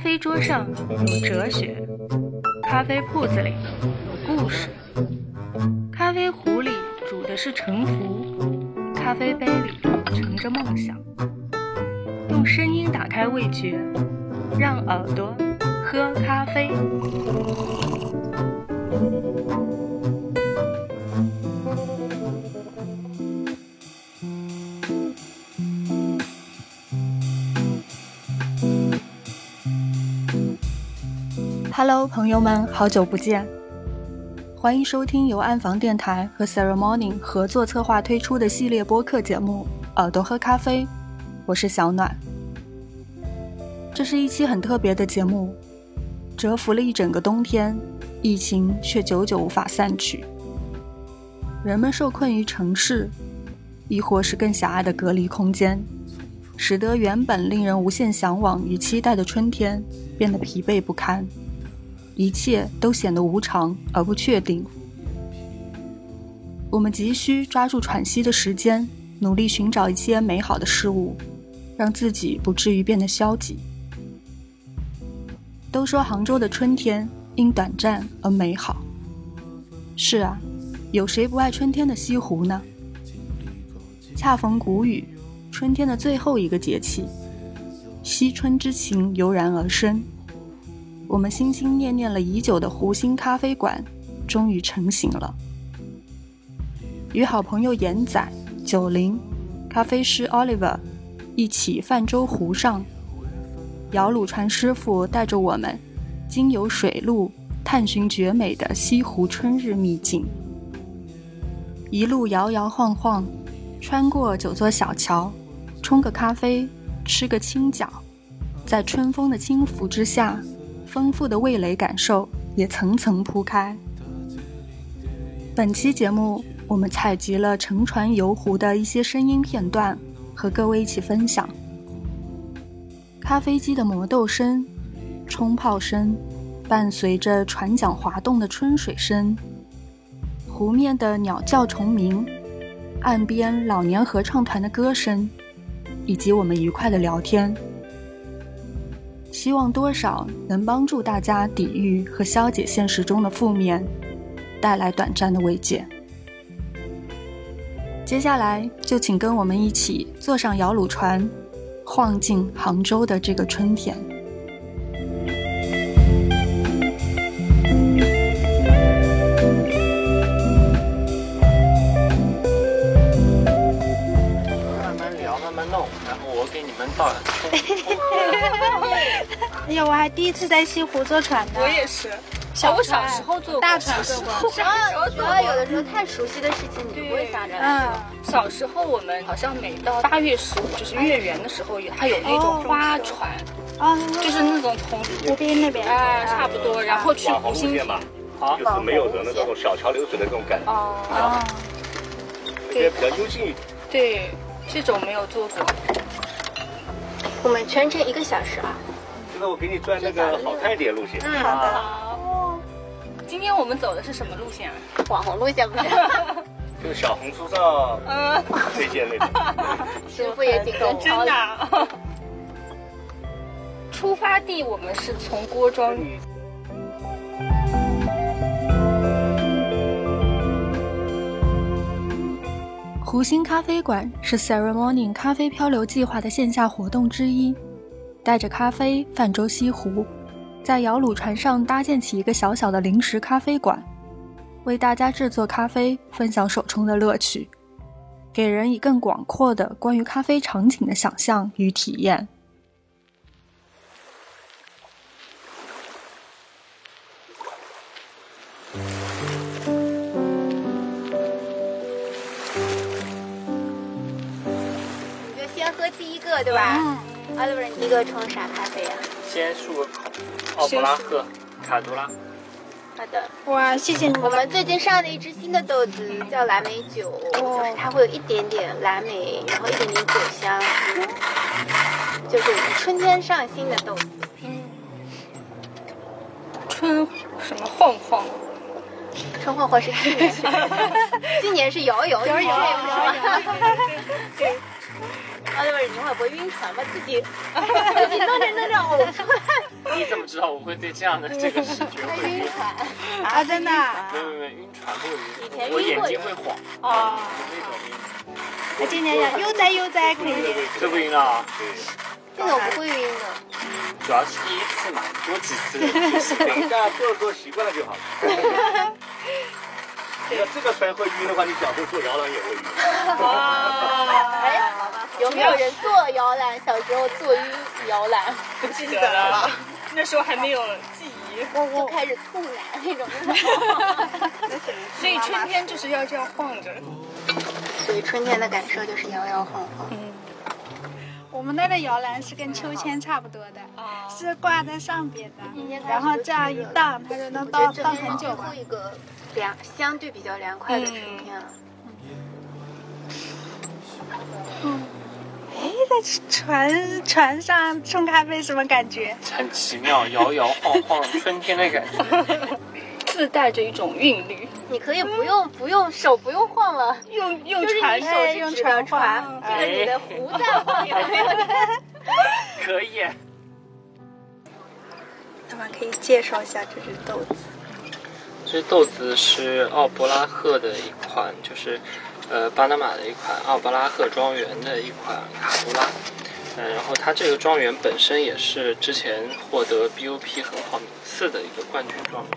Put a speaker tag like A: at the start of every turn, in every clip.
A: 啡桌上有哲学，咖啡铺子里有故事，咖啡壶里煮的是沉浮，咖啡杯里盛着梦想。用声音打开味觉，让耳朵喝咖啡。Hello，朋友们，好久不见！欢迎收听由暗房电台和 Ceremony 合作策划推出的系列播客节目《耳朵喝咖啡》，我是小暖。这是一期很特别的节目，蛰伏了一整个冬天，疫情却久久无法散去。人们受困于城市，亦或是更狭隘的隔离空间，使得原本令人无限向往与期待的春天变得疲惫不堪。一切都显得无常而不确定。我们急需抓住喘息的时间，努力寻找一些美好的事物，让自己不至于变得消极。都说杭州的春天因短暂而美好。是啊，有谁不爱春天的西湖呢？恰逢谷雨，春天的最后一个节气，惜春之情油然而生。我们心心念念了已久的湖心咖啡馆，终于成型了。与好朋友严仔、九零、咖啡师 Oliver 一起泛舟湖上，姚鲁船师傅带着我们，经由水路探寻绝美的西湖春日秘境。一路摇摇晃晃，穿过九座小桥，冲个咖啡，吃个青饺，在春风的轻拂之下。丰富的味蕾感受也层层铺开。本期节目，我们采集了乘船游湖的一些声音片段，和各位一起分享。咖啡机的磨豆声、冲泡声，伴随着船桨滑动的春水声；湖面的鸟叫虫鸣，岸边老年合唱团的歌声，以及我们愉快的聊天。希望多少能帮助大家抵御和消解现实中的负面，带来短暂的慰藉。接下来就请跟我们一起坐上摇橹船，晃进杭州的这个春天。
B: 慢慢聊，慢慢弄，然后我给你们倒点葱。
C: 哎呀，我还第一次在西湖坐船呢。
D: 我也是，哦
C: 小
D: 我小哎时候坐过
C: 大船坐 过。
D: 小时候
E: 主
D: 坐
E: 要有
D: 过。
E: 的时候太熟悉的事情，你不会想着。
C: 嗯，
D: 小时候我们好像每到八月十五，就是月圆的时候，它有那种哦花船，
C: 啊，
D: 就是那种从
C: 湖边那边。
D: 哎差不多，然后去
F: 嗯网红
D: 湖
F: 路
D: 心
F: 线嘛，就是没有的那种小桥流水的那种感觉，
D: 哦，
F: 那边比较幽静一点。
D: 对，这种没有坐过。
E: 我们全程一个小时啊，
F: 现在我给你转那个好看一点的路线，
D: 嗯好，今天我们走的是什么路线啊？
E: 网红路线不是？
F: 就是小红书上
D: 嗯，
F: 推荐那种。
E: 师傅也挺跟
D: 真
E: 超
D: 哦的 啊。出发地我们是从郭庄渔
A: 湖心咖啡馆是 Ceremony 咖啡漂流计划的线下活动之一，带着咖啡泛舟西湖，在摇橹船上搭建起一个小小的临时咖啡馆，为大家制作咖啡，分享手冲的乐趣，给人以更广阔的关于咖啡场景的想象与体验。
E: 你就先喝第一个，对吧？嗯。Oliver，你第一个冲啥咖啡呀？
B: 先漱个口，奥布拉赫、卡图拉。
E: 好的，
C: 哇，谢谢你
E: 我
C: 们。
E: 们最近上了一支新的豆子，叫蓝莓酒，就是它会有一点点蓝莓，然后一点点酒香，就是我们春天上新的豆子。
D: 春什么晃晃，
E: 春晃晃是去年，今年是摇摇，摇摇，是吗？那就是你会不会晕船吧？自己自己弄着弄着呕出来，
B: 你怎么知道我会对这样的这个视觉
E: 会
B: 会
E: 晕
B: 晕？
E: 船。
C: 啊，真的啊，
B: 没有 没有没有，晕船会
E: 以
B: 晕，
E: 前晕
B: 我眼
E: 过
B: 睛会晃，
C: 哦，
B: 那种晕，
C: 那今年要悠哉悠
E: 啊
C: 哉可以。
B: 这不晕了啊，
E: 这个我不会晕的，
B: 主要是第一次嘛，多几次提醒
F: 等一下做做习惯了就好了。这个这个船会晕的话，你小时候坐摇篮也会晕。
D: 啊
E: 哎，好吧，有没有人坐摇篮？小时候坐晕摇篮
D: 不记得了，那时候还没有记忆。
E: 就开始吐奶那 种，
D: 所以春天就是要这样晃着。
E: 所以春天的感受就是摇摇晃晃。
C: 我们那儿的摇篮是跟秋千差不多的，
D: 啊
C: 是挂在上边的，然后这样一荡，它就能
E: 我
C: 荡
E: 觉得
C: 荡
E: 这边
C: 很
E: 是
C: 久
E: 最
C: 吧
E: 后。一个凉，相对比较凉快的春天了。
C: 哎，在船船上冲咖啡什么感觉？
B: 很奇妙，摇摇晃晃，春天的感觉。
D: 自带着一种韵律，
E: 你可以不用不用手不用晃了，
D: 用用啊
E: 就是
D: 传
E: 你手
D: 授
E: 是指的船，这
B: 哎
D: 哎
E: 个你的壶在晃，有没有？
B: 可以，
C: 那么可以介绍一下这只豆子。
B: 这豆子是奥伯拉赫的一款，就是呃巴拿马的一款奥伯拉赫庄园的一款卡图拉。嗯、然后它这个庄园本身也是之前获得 BOP 很好名次的一个冠军庄园，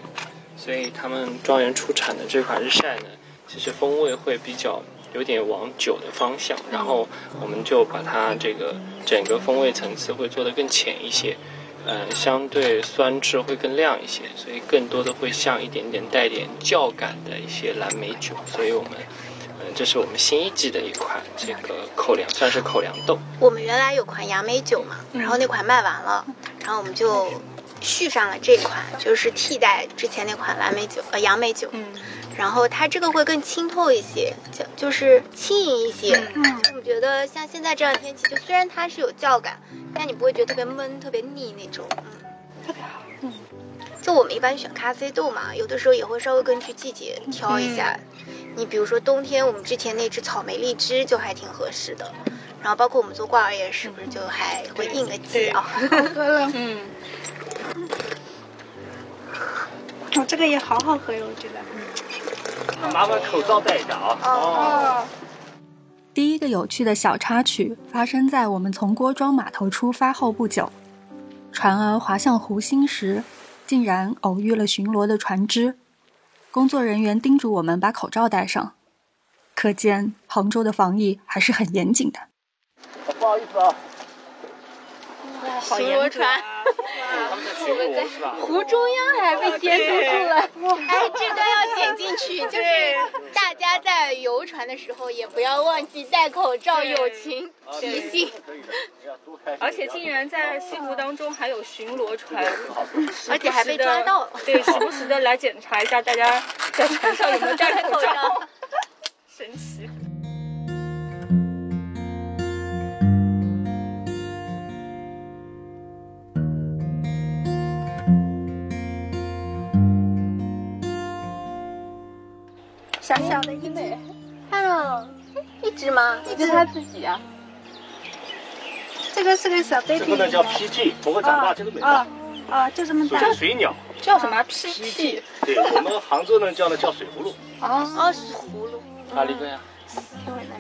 B: 所以他们庄园出产的这款日晒呢，其实风味会比较有点往酒的方向，然后我们就把它这个整个风味层次会做得更浅一些，呃，相对酸质会更亮一些，所以更多的会像一点点带点窖感的一些蓝莓酒，所以我们。呃，这是我们新一季的一款这个口粮，算是口粮豆。
E: 我们原来有款杨梅酒嘛，然后那款卖完了，然后我们就续上了这款，就是替代之前那款蓝莓酒呃杨梅酒。
D: 嗯，
E: 然后它这个会更清透一些，就就是轻盈一些。嗯，我觉得像现在这样的天气，就虽然它是有酵感，但你不会觉得特别闷、特别腻那种。嗯，特别好。嗯，就我们一般选咖啡豆嘛，有的时候也会稍微根据季节挑一下。你比如说冬天，我们之前那只草莓荔枝就还挺合适的。然后包括我们做挂耳也是，不是就还会应个季啊？
C: 喝了，
D: 嗯，
C: 哦，这个也好好喝哟，我觉得。
F: 麻烦口罩戴一下啊。
C: 哦，
A: 第一个有趣的小插曲发生在我们从郭庄码头出发后不久，船儿划向湖心时，竟然偶遇了巡逻的船只。工作人员叮嘱我们把口罩戴上，可见杭州的防疫还是很严谨的。
F: 不好意思啊，
D: 好
E: 巡
D: 严
E: 逻
D: 格
E: 船
D: 啊。
B: 他们在巡逻是吧？
E: 湖中央还被截图出来，哎，这段要剪进去。就是大家在游船的时候，也不要忘记戴口罩，
D: 对
E: 友情提醒。
F: 可以的，不要多开。
D: 而且竟然在西湖当中还有巡逻船，
E: 而且还被抓到了
D: 对，时不时的来检查一下大家在船上有没有戴着口罩，神奇。
C: 小小的一枚，
E: 看了，一只吗？一只。
C: 自己啊。这个是个小 baby，
F: 这个呢叫 PG，不过长大这个没
C: 啊
F: 大，
C: 啊，就这么
F: 属
C: 大。
F: 于水鸟。
D: 叫什么 PT？
F: 对我们杭州人叫呢叫水葫芦。
E: 哦，是葫芦。
B: 哪里的呀？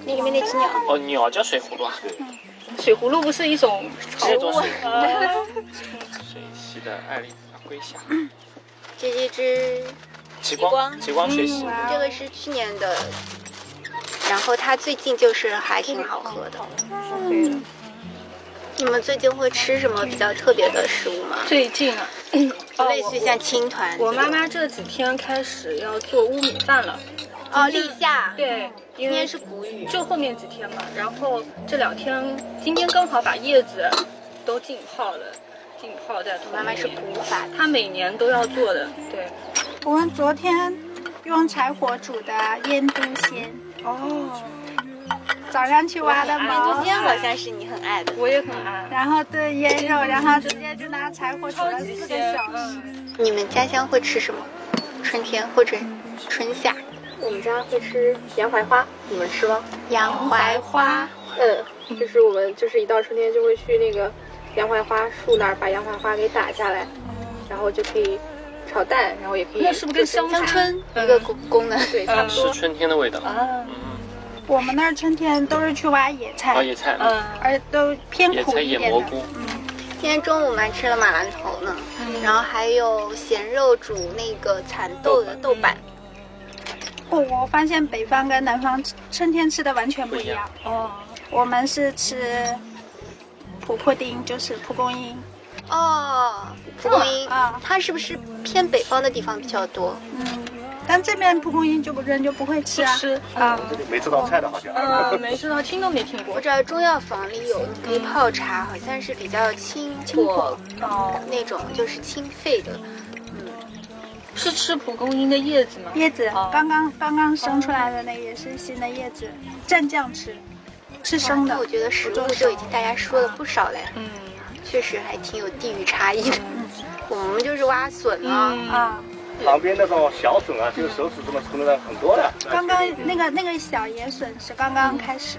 E: 那里面那只鸟，
B: 哦，鸟叫水葫啊芦啊，
D: 水葫芦不是一种
B: 这种水葫芦
D: 呃
B: 水系的爱丽丝龟虾，
E: 这是一只，
B: 极
E: 光
B: 光嗯嗯极光水系。
E: 这个是去年的。然后它最近就是还挺好喝的。你们最近会吃什么比较特别的食物吗？
D: 最近啊，哦
E: 类似于像青团这种，
D: 我妈妈这几天开始要做乌米饭了，
E: 哦，立夏，
D: 对，因
E: 今
D: 为
E: 天是谷雨，
D: 就后面几天嘛，然后这两天今天刚好把叶子都浸泡了，浸泡在土
E: 妈妈
D: 里
E: 是
D: 面
E: 古法的。
D: 她每年都要做的，对，
C: 我们昨天用柴火煮的腌笃鲜。哦。早上去挖的
D: 我
C: 毛
E: 昨，天好像是你很爱的，
D: 我也很爱。
C: 然后炖腌肉，然后直接就拿柴火煮了四个小时。
D: 嗯
E: 你们家乡会吃什么？春天或者春夏？
G: 我们家会吃洋槐花，你们吃吗？
E: 洋槐花，
G: 嗯，
D: 就是我们就是一到春天就会去那个洋槐花树那儿把洋槐花给打下来，然后就可以炒蛋，然后也可以
C: 那是不是跟
D: 就是
C: 生
E: 乡
C: 菜？
E: 村一个功功能。
D: 对差不
B: 是
D: 多？
B: 春天的味道。
D: 啊，
B: 嗯，
C: 我们那儿春天都是去挖野
B: 哦，
C: 菜，
B: 野菜，
D: 嗯，
C: 而都偏
B: 野
C: 苦
B: 菜
C: 一
B: 野
C: 点
B: 蘑
C: 的。
B: 菇，
E: 今天中午我们还吃了马兰头呢，然后还有咸肉煮那个蚕豆的豆瓣，
C: 不，哦我发现北方跟南方春天吃的完全不一样。
D: 哦，
C: 我们是吃蒲公丁，就是蒲公英。
E: 哦，蒲公英
C: 啊
E: 它是不是偏北方的地方比较多？
C: 嗯，但这边蒲公英就不人就不会吃啊。
D: 吃
C: 啊，
F: 没这道菜的好像。
D: 嗯，没吃到，听都没听
E: 我
D: 过。
E: 知道中药房里有你可以泡茶，好像是比较清
C: 清
E: 火
D: 哦，
E: 那种，就是清肺的。
D: 是吃蒲公英的叶子吗？
C: 叶子
D: 哦
C: 刚刚刚刚生出来的那也是新的叶子，蘸酱吃，吃生
E: 那
C: 的
E: 我。
D: 哦
E: 觉得食物就已经大家说的不少嘞，
D: 嗯
E: 确实还挺有地域差异的。 我们就是挖笋啊，
D: 啊，
C: 啊，
F: 旁边那种小笋啊，就是手指这么粗的很多的。
C: 刚刚那个那个小野笋是刚刚开始，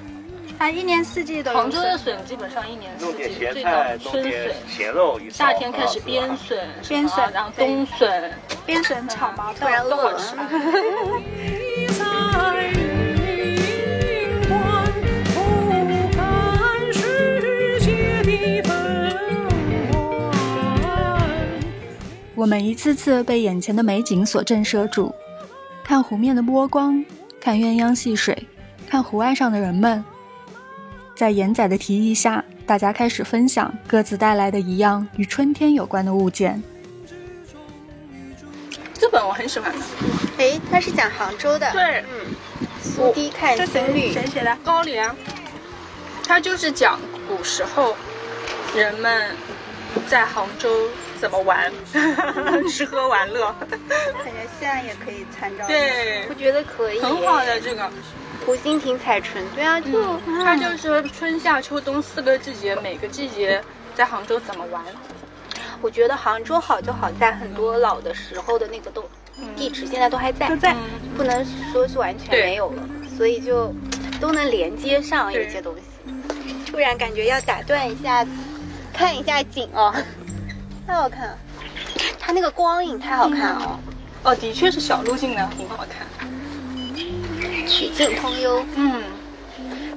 C: 它一年四季都有
D: 嗯杭州的
C: 笋。
D: 笋基本上一年四
F: 弄
D: 季
F: 点咸
D: 最早
F: 菜，弄
D: 春笋
F: 点。咸肉，一
D: 夏
F: 炒
D: 天开始
F: 很
D: 边
F: 好吃
D: 笋，
C: 边笋
D: 啊然后冬笋，
C: 边笋炒毛
E: 突
C: 豆，
E: 然饿
D: 跟我
E: 了
D: 吃。
G: 在灵魂不看世界的纷乱。
A: 我们一次次被眼前的美景所震慑住，看湖面的波光，看鸳鸯戏水，看湖岸上的人们。在严仔的提议下，大家开始分享各自带来的一样与春天有关的物件。
D: 这本我很喜欢的，
E: 哎，它是讲杭州的，
D: 对
E: 嗯，苏堤看
C: 这
E: 僧
C: 谁
E: 侣，
C: 谁写的？
D: 高粱，它就是讲古时候人们在杭州怎么玩， 吃喝玩乐，
E: 感觉现在也可以参照
D: 对
E: 我觉得可以，
D: 很好。的这个。
E: 湖心亭采春，对啊，就
D: 嗯，它就是春夏秋冬四个季节，每个季节在杭州怎么玩。
E: 我觉得杭州好就好在很多老的时候的那个都地址嗯现在都还在，嗯
C: 都在
D: 嗯，
E: 不能说是完全
D: 对
E: 没有了，所以就都能连接上有些东西。突然感觉要打断一下，看一下景哦， 太好看了，它那个光影太好看哦，
D: 哦，的确是小路径的，很好看。
E: 曲径通幽。
D: 嗯，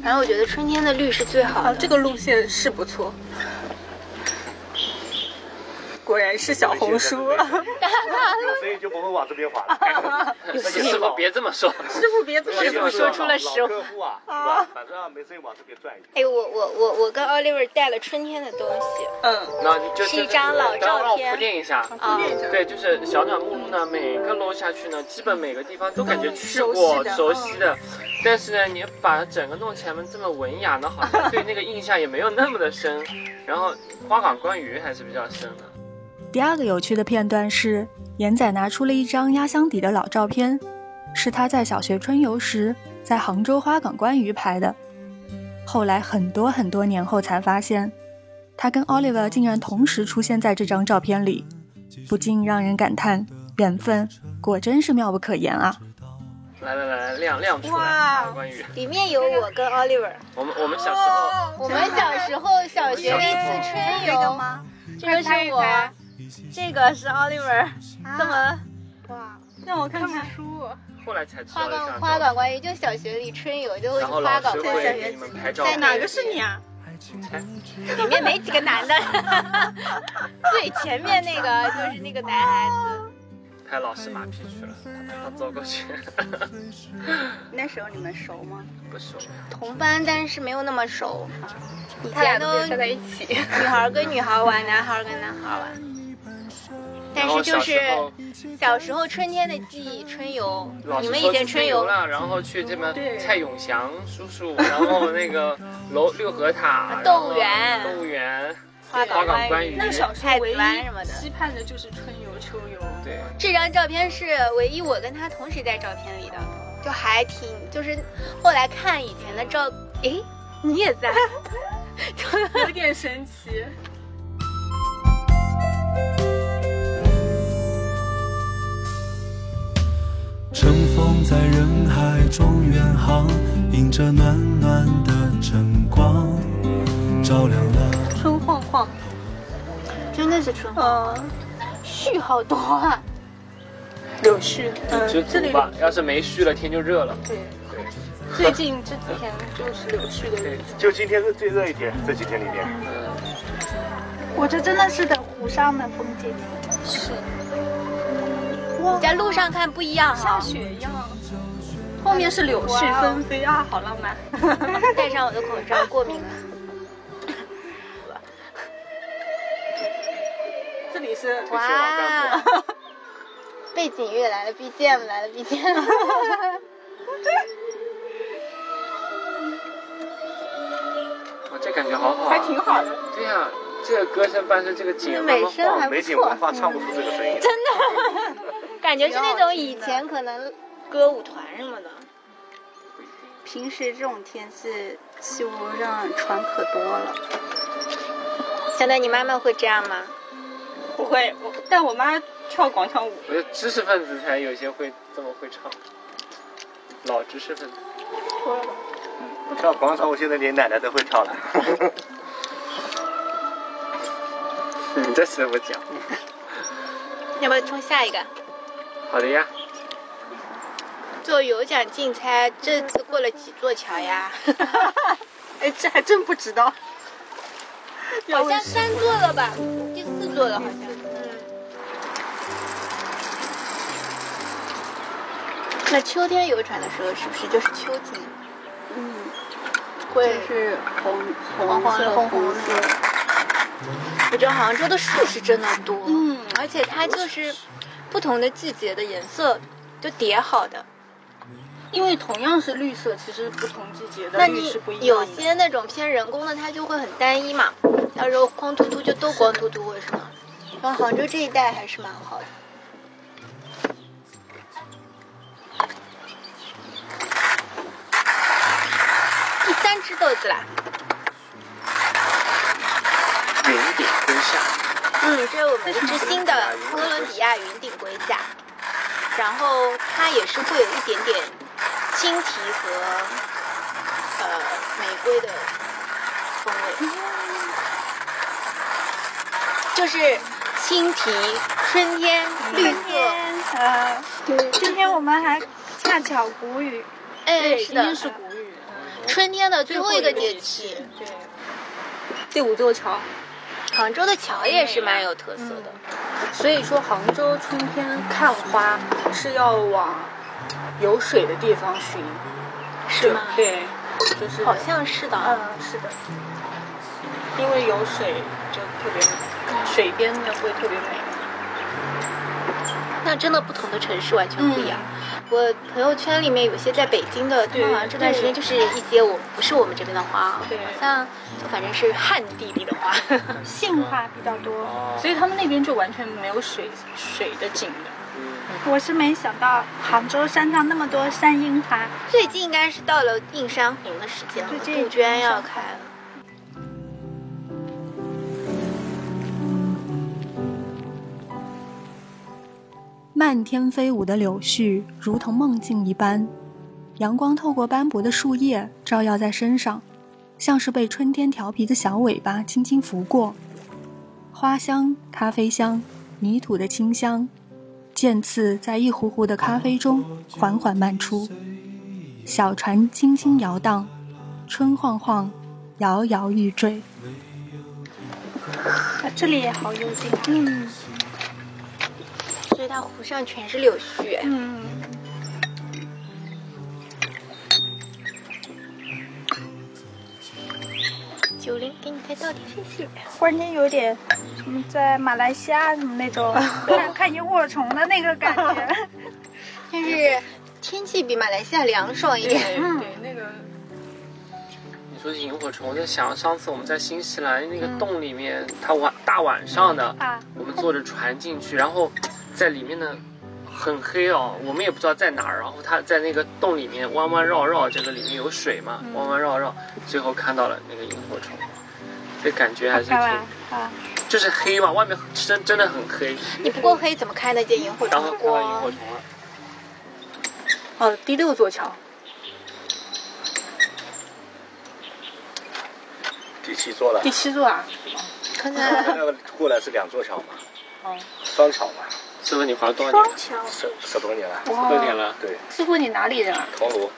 E: 反正我觉得春天的绿是最好
D: 哦
E: 的，。
D: 这个路线是不错。果然是小红书，
F: 所以就不会往这边滑了。
B: 师傅别这么说，
D: 师傅别这么
F: 这
D: 说，
F: 么
D: 说出了实话。
F: 老客户啊，是吧？反正啊没事往这边转一转。
E: 哎，我我我我跟 Oliver 带了春天的东西，
D: 嗯，
B: 那你就是
E: 一张老照
B: 让我
E: 片
B: 铺垫一下。
E: 啊，
B: 对，就是小暖木路呢，每个楼下去呢，基本每个地方都感觉去过、熟
D: 熟
B: 悉
D: 悉
B: 的，嗯但是呢，你把整个弄起来这么文雅呢，好像对那个印象也没有那么的深。然后花港观鱼还是比较深的。
A: 第二个有趣的片段是，严仔拿出了一张压箱底的老照片，是他在小学春游时在杭州花港观鱼拍的。后来很多很多年后才发现，他跟 Oliver 竟然同时出现在这张照片里，不禁让人感叹缘分果真是妙不可言啊！
B: 来来来，亮亮出来
C: 哇，
B: 关于
E: 里面有我跟 Oliver。
B: 我们我们小时候，
E: 我们小时候小学那次春
C: 这个
E: 游，
C: 吗？
E: 这个是我，这个是 Oliver，这么
C: 啊哇，
D: 让我看看书。
B: 后来才知道
E: 花
B: 一张
E: 港
B: 照
E: 花
B: 片，
E: 港关于就小学里春游就会
B: 然
E: 去
B: 后
E: 花
B: 老
E: 港
B: 师
E: 关于
B: 会
E: 小
B: 给
E: 学
B: 你们拍照
E: 在
B: 片。
E: 哪
D: 哪个是你啊？
B: 你猜
E: 里面没几个 男的，最前面那个就是那个男孩子。
B: 拍老师马屁去了，他他走过去，
E: 那时候你们熟吗？
B: 不熟。
E: 同班，但是没有那么熟。以
D: 他俩
E: 前
D: 都
E: 都
D: 没有站在一起。
E: 女孩跟女孩玩，男孩跟男孩玩。但
B: 然后
E: 是就
B: 小时
E: 是
B: 候
E: 小时候春天的记忆，春游
B: 老，
E: 你
B: 师
E: 们
B: 说
E: 以
B: 去
E: 前
B: 春
E: 春
B: 游
E: 游
B: 了，然后去这边
D: 对
B: 蔡永祥叔叔，然后那个楼六合塔、
E: 啊动
B: 然
E: 物园
B: 后动物园、
E: 花
B: 花港
E: 港
B: 观
E: 关
B: 鱼
E: 于。
D: 那小时候
E: 太
D: 唯一
E: 子湾什么的
D: 期盼的就是春游、秋游。
B: 对，
E: 这张照片是唯一我跟他同时在照片里的，就还挺，就是后来看以前的照，诶，你也在，
D: 有点神奇。
H: 乘风在人海中远航，迎着暖暖的晨光。照亮了。
D: 春晃晃，
E: 真的是春，
D: 呃，
E: 絮好多啊，
D: 柳絮，嗯、
B: 知
D: 这
B: 足
D: 里
B: 吧，要是没续了，天就热了。
D: 对，最近这几天就是柳絮的日子，
F: 就今天是最热一天，这几天里面，
C: 我这真的是等湖上的风景。
D: 是
E: 你在路上看不一样哈
D: 像。雪一样。后面是柳絮
E: 哦
D: 纷飞啊，好浪漫。
E: 戴上我的口罩，过敏了。
D: 这里是
E: 哇，背景乐来了，BGM 来了，BGM。
B: 哇，这感觉好好啊。
D: 还挺好的，
B: 对呀、这个歌声伴着这个景慢慢
E: 美声
B: 晃
E: 还，
F: 美景文化唱不出这个 声音。
E: 感觉是那种以前可能歌舞团什么的。
C: 平时这种天气，西湖上船可多了。
E: 现在你妈妈会这样吗？
D: 不会，我但我妈跳广场舞，
B: 我觉得知识分子才有些会这么会 唱，老知识分子。
F: 跳广场舞现在连奶奶都会跳了。
B: 你这是不讲。
E: 要不要冲下一个？
B: 好的呀，
E: 做有奖竞猜，这次过了几座桥呀？
D: 哎，这还真不知道。
E: 好像三座了吧，第四座了好像。嗯。那秋天游船的时候，是不是就是秋景？嗯，会
C: 是红
E: 黄黄的、
C: 色
E: 红红的。我觉得杭州的树是真的多，嗯，而且它就是不同的季节的颜色就叠好的。
D: 因为同样是绿色，其实不同季节的
E: 那
D: 绿
E: 你
D: 是不一样
E: 有
D: 的。
E: 些那种偏人工的，它就会很单一嘛，到时候光秃秃就都光秃秃了，是吗？然后杭州这一带还是蛮好的。第三只豆子啦，
B: 云顶归下，
E: 嗯，这是我们一只新的哥伦比亚云顶龟甲，然后它也是会有一点点青提和呃玫瑰的风味，就是青提春天绿
C: 今
E: 色，
C: 天呃，今天我们还恰巧谷雨，
E: 哎，
D: 对，
E: 是
D: 今
E: 的
D: 天，是谷雨，
E: 春天的最后一个
D: 节
E: 节气，。
D: 对，第五座桥。
E: 杭州的桥也是蛮有特色的，
D: 所以说，杭州春天看花是要往有水的地方寻，
E: 是吗？
D: 对，就是
E: 好像是的啊，
D: 嗯，是的，因为有水就特别美，水边的会特别美。
E: 那真的不同的城市完全不一样。嗯我朋友圈里面有些在北京的，他
D: 对
E: 们好像这段时间就是一些我不是我们这边的花啊，
D: 对
E: 好像就反正是旱地里的 花。
C: 杏花比较多。
D: 所以他们那边就完全没有水水的景的。
C: 我是没想到杭州山上那么多山樱花，
E: 最近应该是到了映山红的时间了，
C: 对这
E: 杜鹃要开了。
A: 漫天飞舞的柳絮如同梦境一般，阳光透过斑驳的树叶照耀在身上，像是被春天调皮的小尾巴轻轻拂过。花香、咖啡香、泥土的清香，渐次在一壶壶的咖啡中缓缓漫出。小船轻轻摇荡，春晃晃，摇摇欲坠。
C: 啊这里也好幽静啊。嗯
E: 所以它湖上全是柳絮，哎
C: 嗯，
E: 九零给你猜到底是谁？
C: 忽然间有点什么在马来西亚什么那 种看看萤火虫的那个感 觉。
E: 但是天气比马来西亚凉爽一点。
D: 对，那个
B: 你说萤火虫，我在想上次我们在新西兰那个
E: 嗯
B: 洞里面，它晚大晚上的，
C: 啊
B: 我们坐着船进去，然后在里面呢很黑哦，我们也不知道在哪儿，然后它在那个洞里面弯弯绕绕，这个里面有水嘛，弯弯绕绕，最后看到了那个萤火虫，这感觉还是
C: 干嘛
B: 挺，
C: 啊？
B: 就是黑嘛，外面真真的很黑，
E: 你不够黑，怎么看得见萤火
B: 然
E: 虫
B: 后
E: 的
B: 看到萤火？
E: 光
B: 虫了。
D: 哦，第六座桥，
B: 第
F: 第七座了
D: 第。七座啊，
E: 看
F: 那
E: 看
F: 个过来是两座桥嘛，
D: 哦，
F: 双桥嘛，
B: 师傅，你滑多少年了？
F: 十十多年了。
B: 多少年了？
F: 对，
D: 师傅你哪里人啊？
F: 桐庐，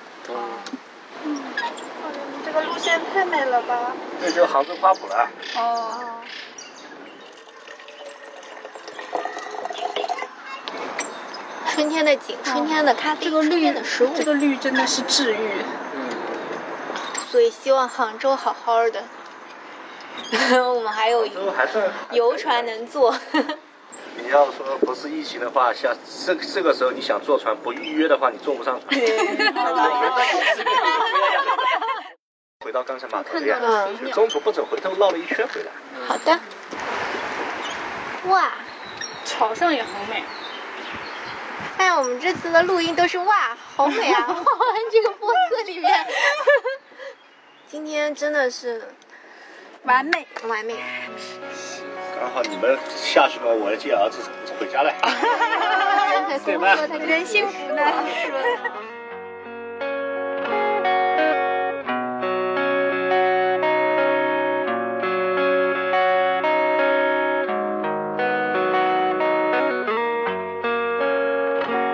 C: 这个路线太美了吧！
F: 这就是杭州花圃了。啊
D: 哦，
E: 春天的景，春天的咖啡，
D: 这个
E: 春
D: 绿
E: 天的食物
D: 这，个绿真的是治愈。
E: 所以希望杭州好好的。 我们还有
F: 都还算
E: 游船能坐，
F: 你要说不是疫情的话，像这这个时候你想坐船不预约的话，你坐不上 船。回到刚才码头呀，就中途不走回头绕了一圈回来。
E: 好的。哇，
D: 草上也很美，
E: 哎，我们这次的录音都是哇，好美啊！ 这个播客里面，今天真的是
C: 完美，
E: 完美。
F: 刚好你们下去了，我来接儿子回家了。
E: 还跟我说他
C: 人幸福呢。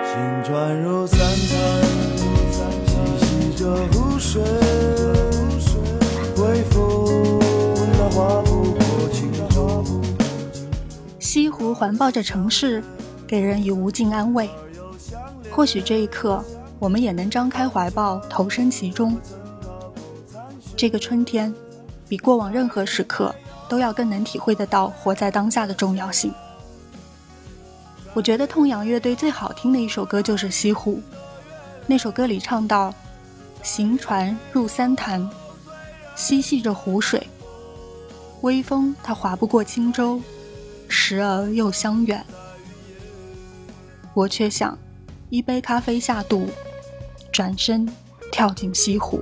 H: 心转入三餐，栖息着湖水，微风它划不过轻舟。
A: 西湖环抱着城市，给人以无尽安慰。或许这一刻，我们也能张开怀抱，投身其中。这个春天，比过往任何时刻都要更能体会得到活在当下的重要性。我觉得痛仰乐队最好听的一首歌就是《西湖》，那首歌里唱到：“行船入三潭，嬉戏着湖水，微风它划不过轻舟。”时而又相远。我却想，一杯咖啡下肚，转身跳进西湖。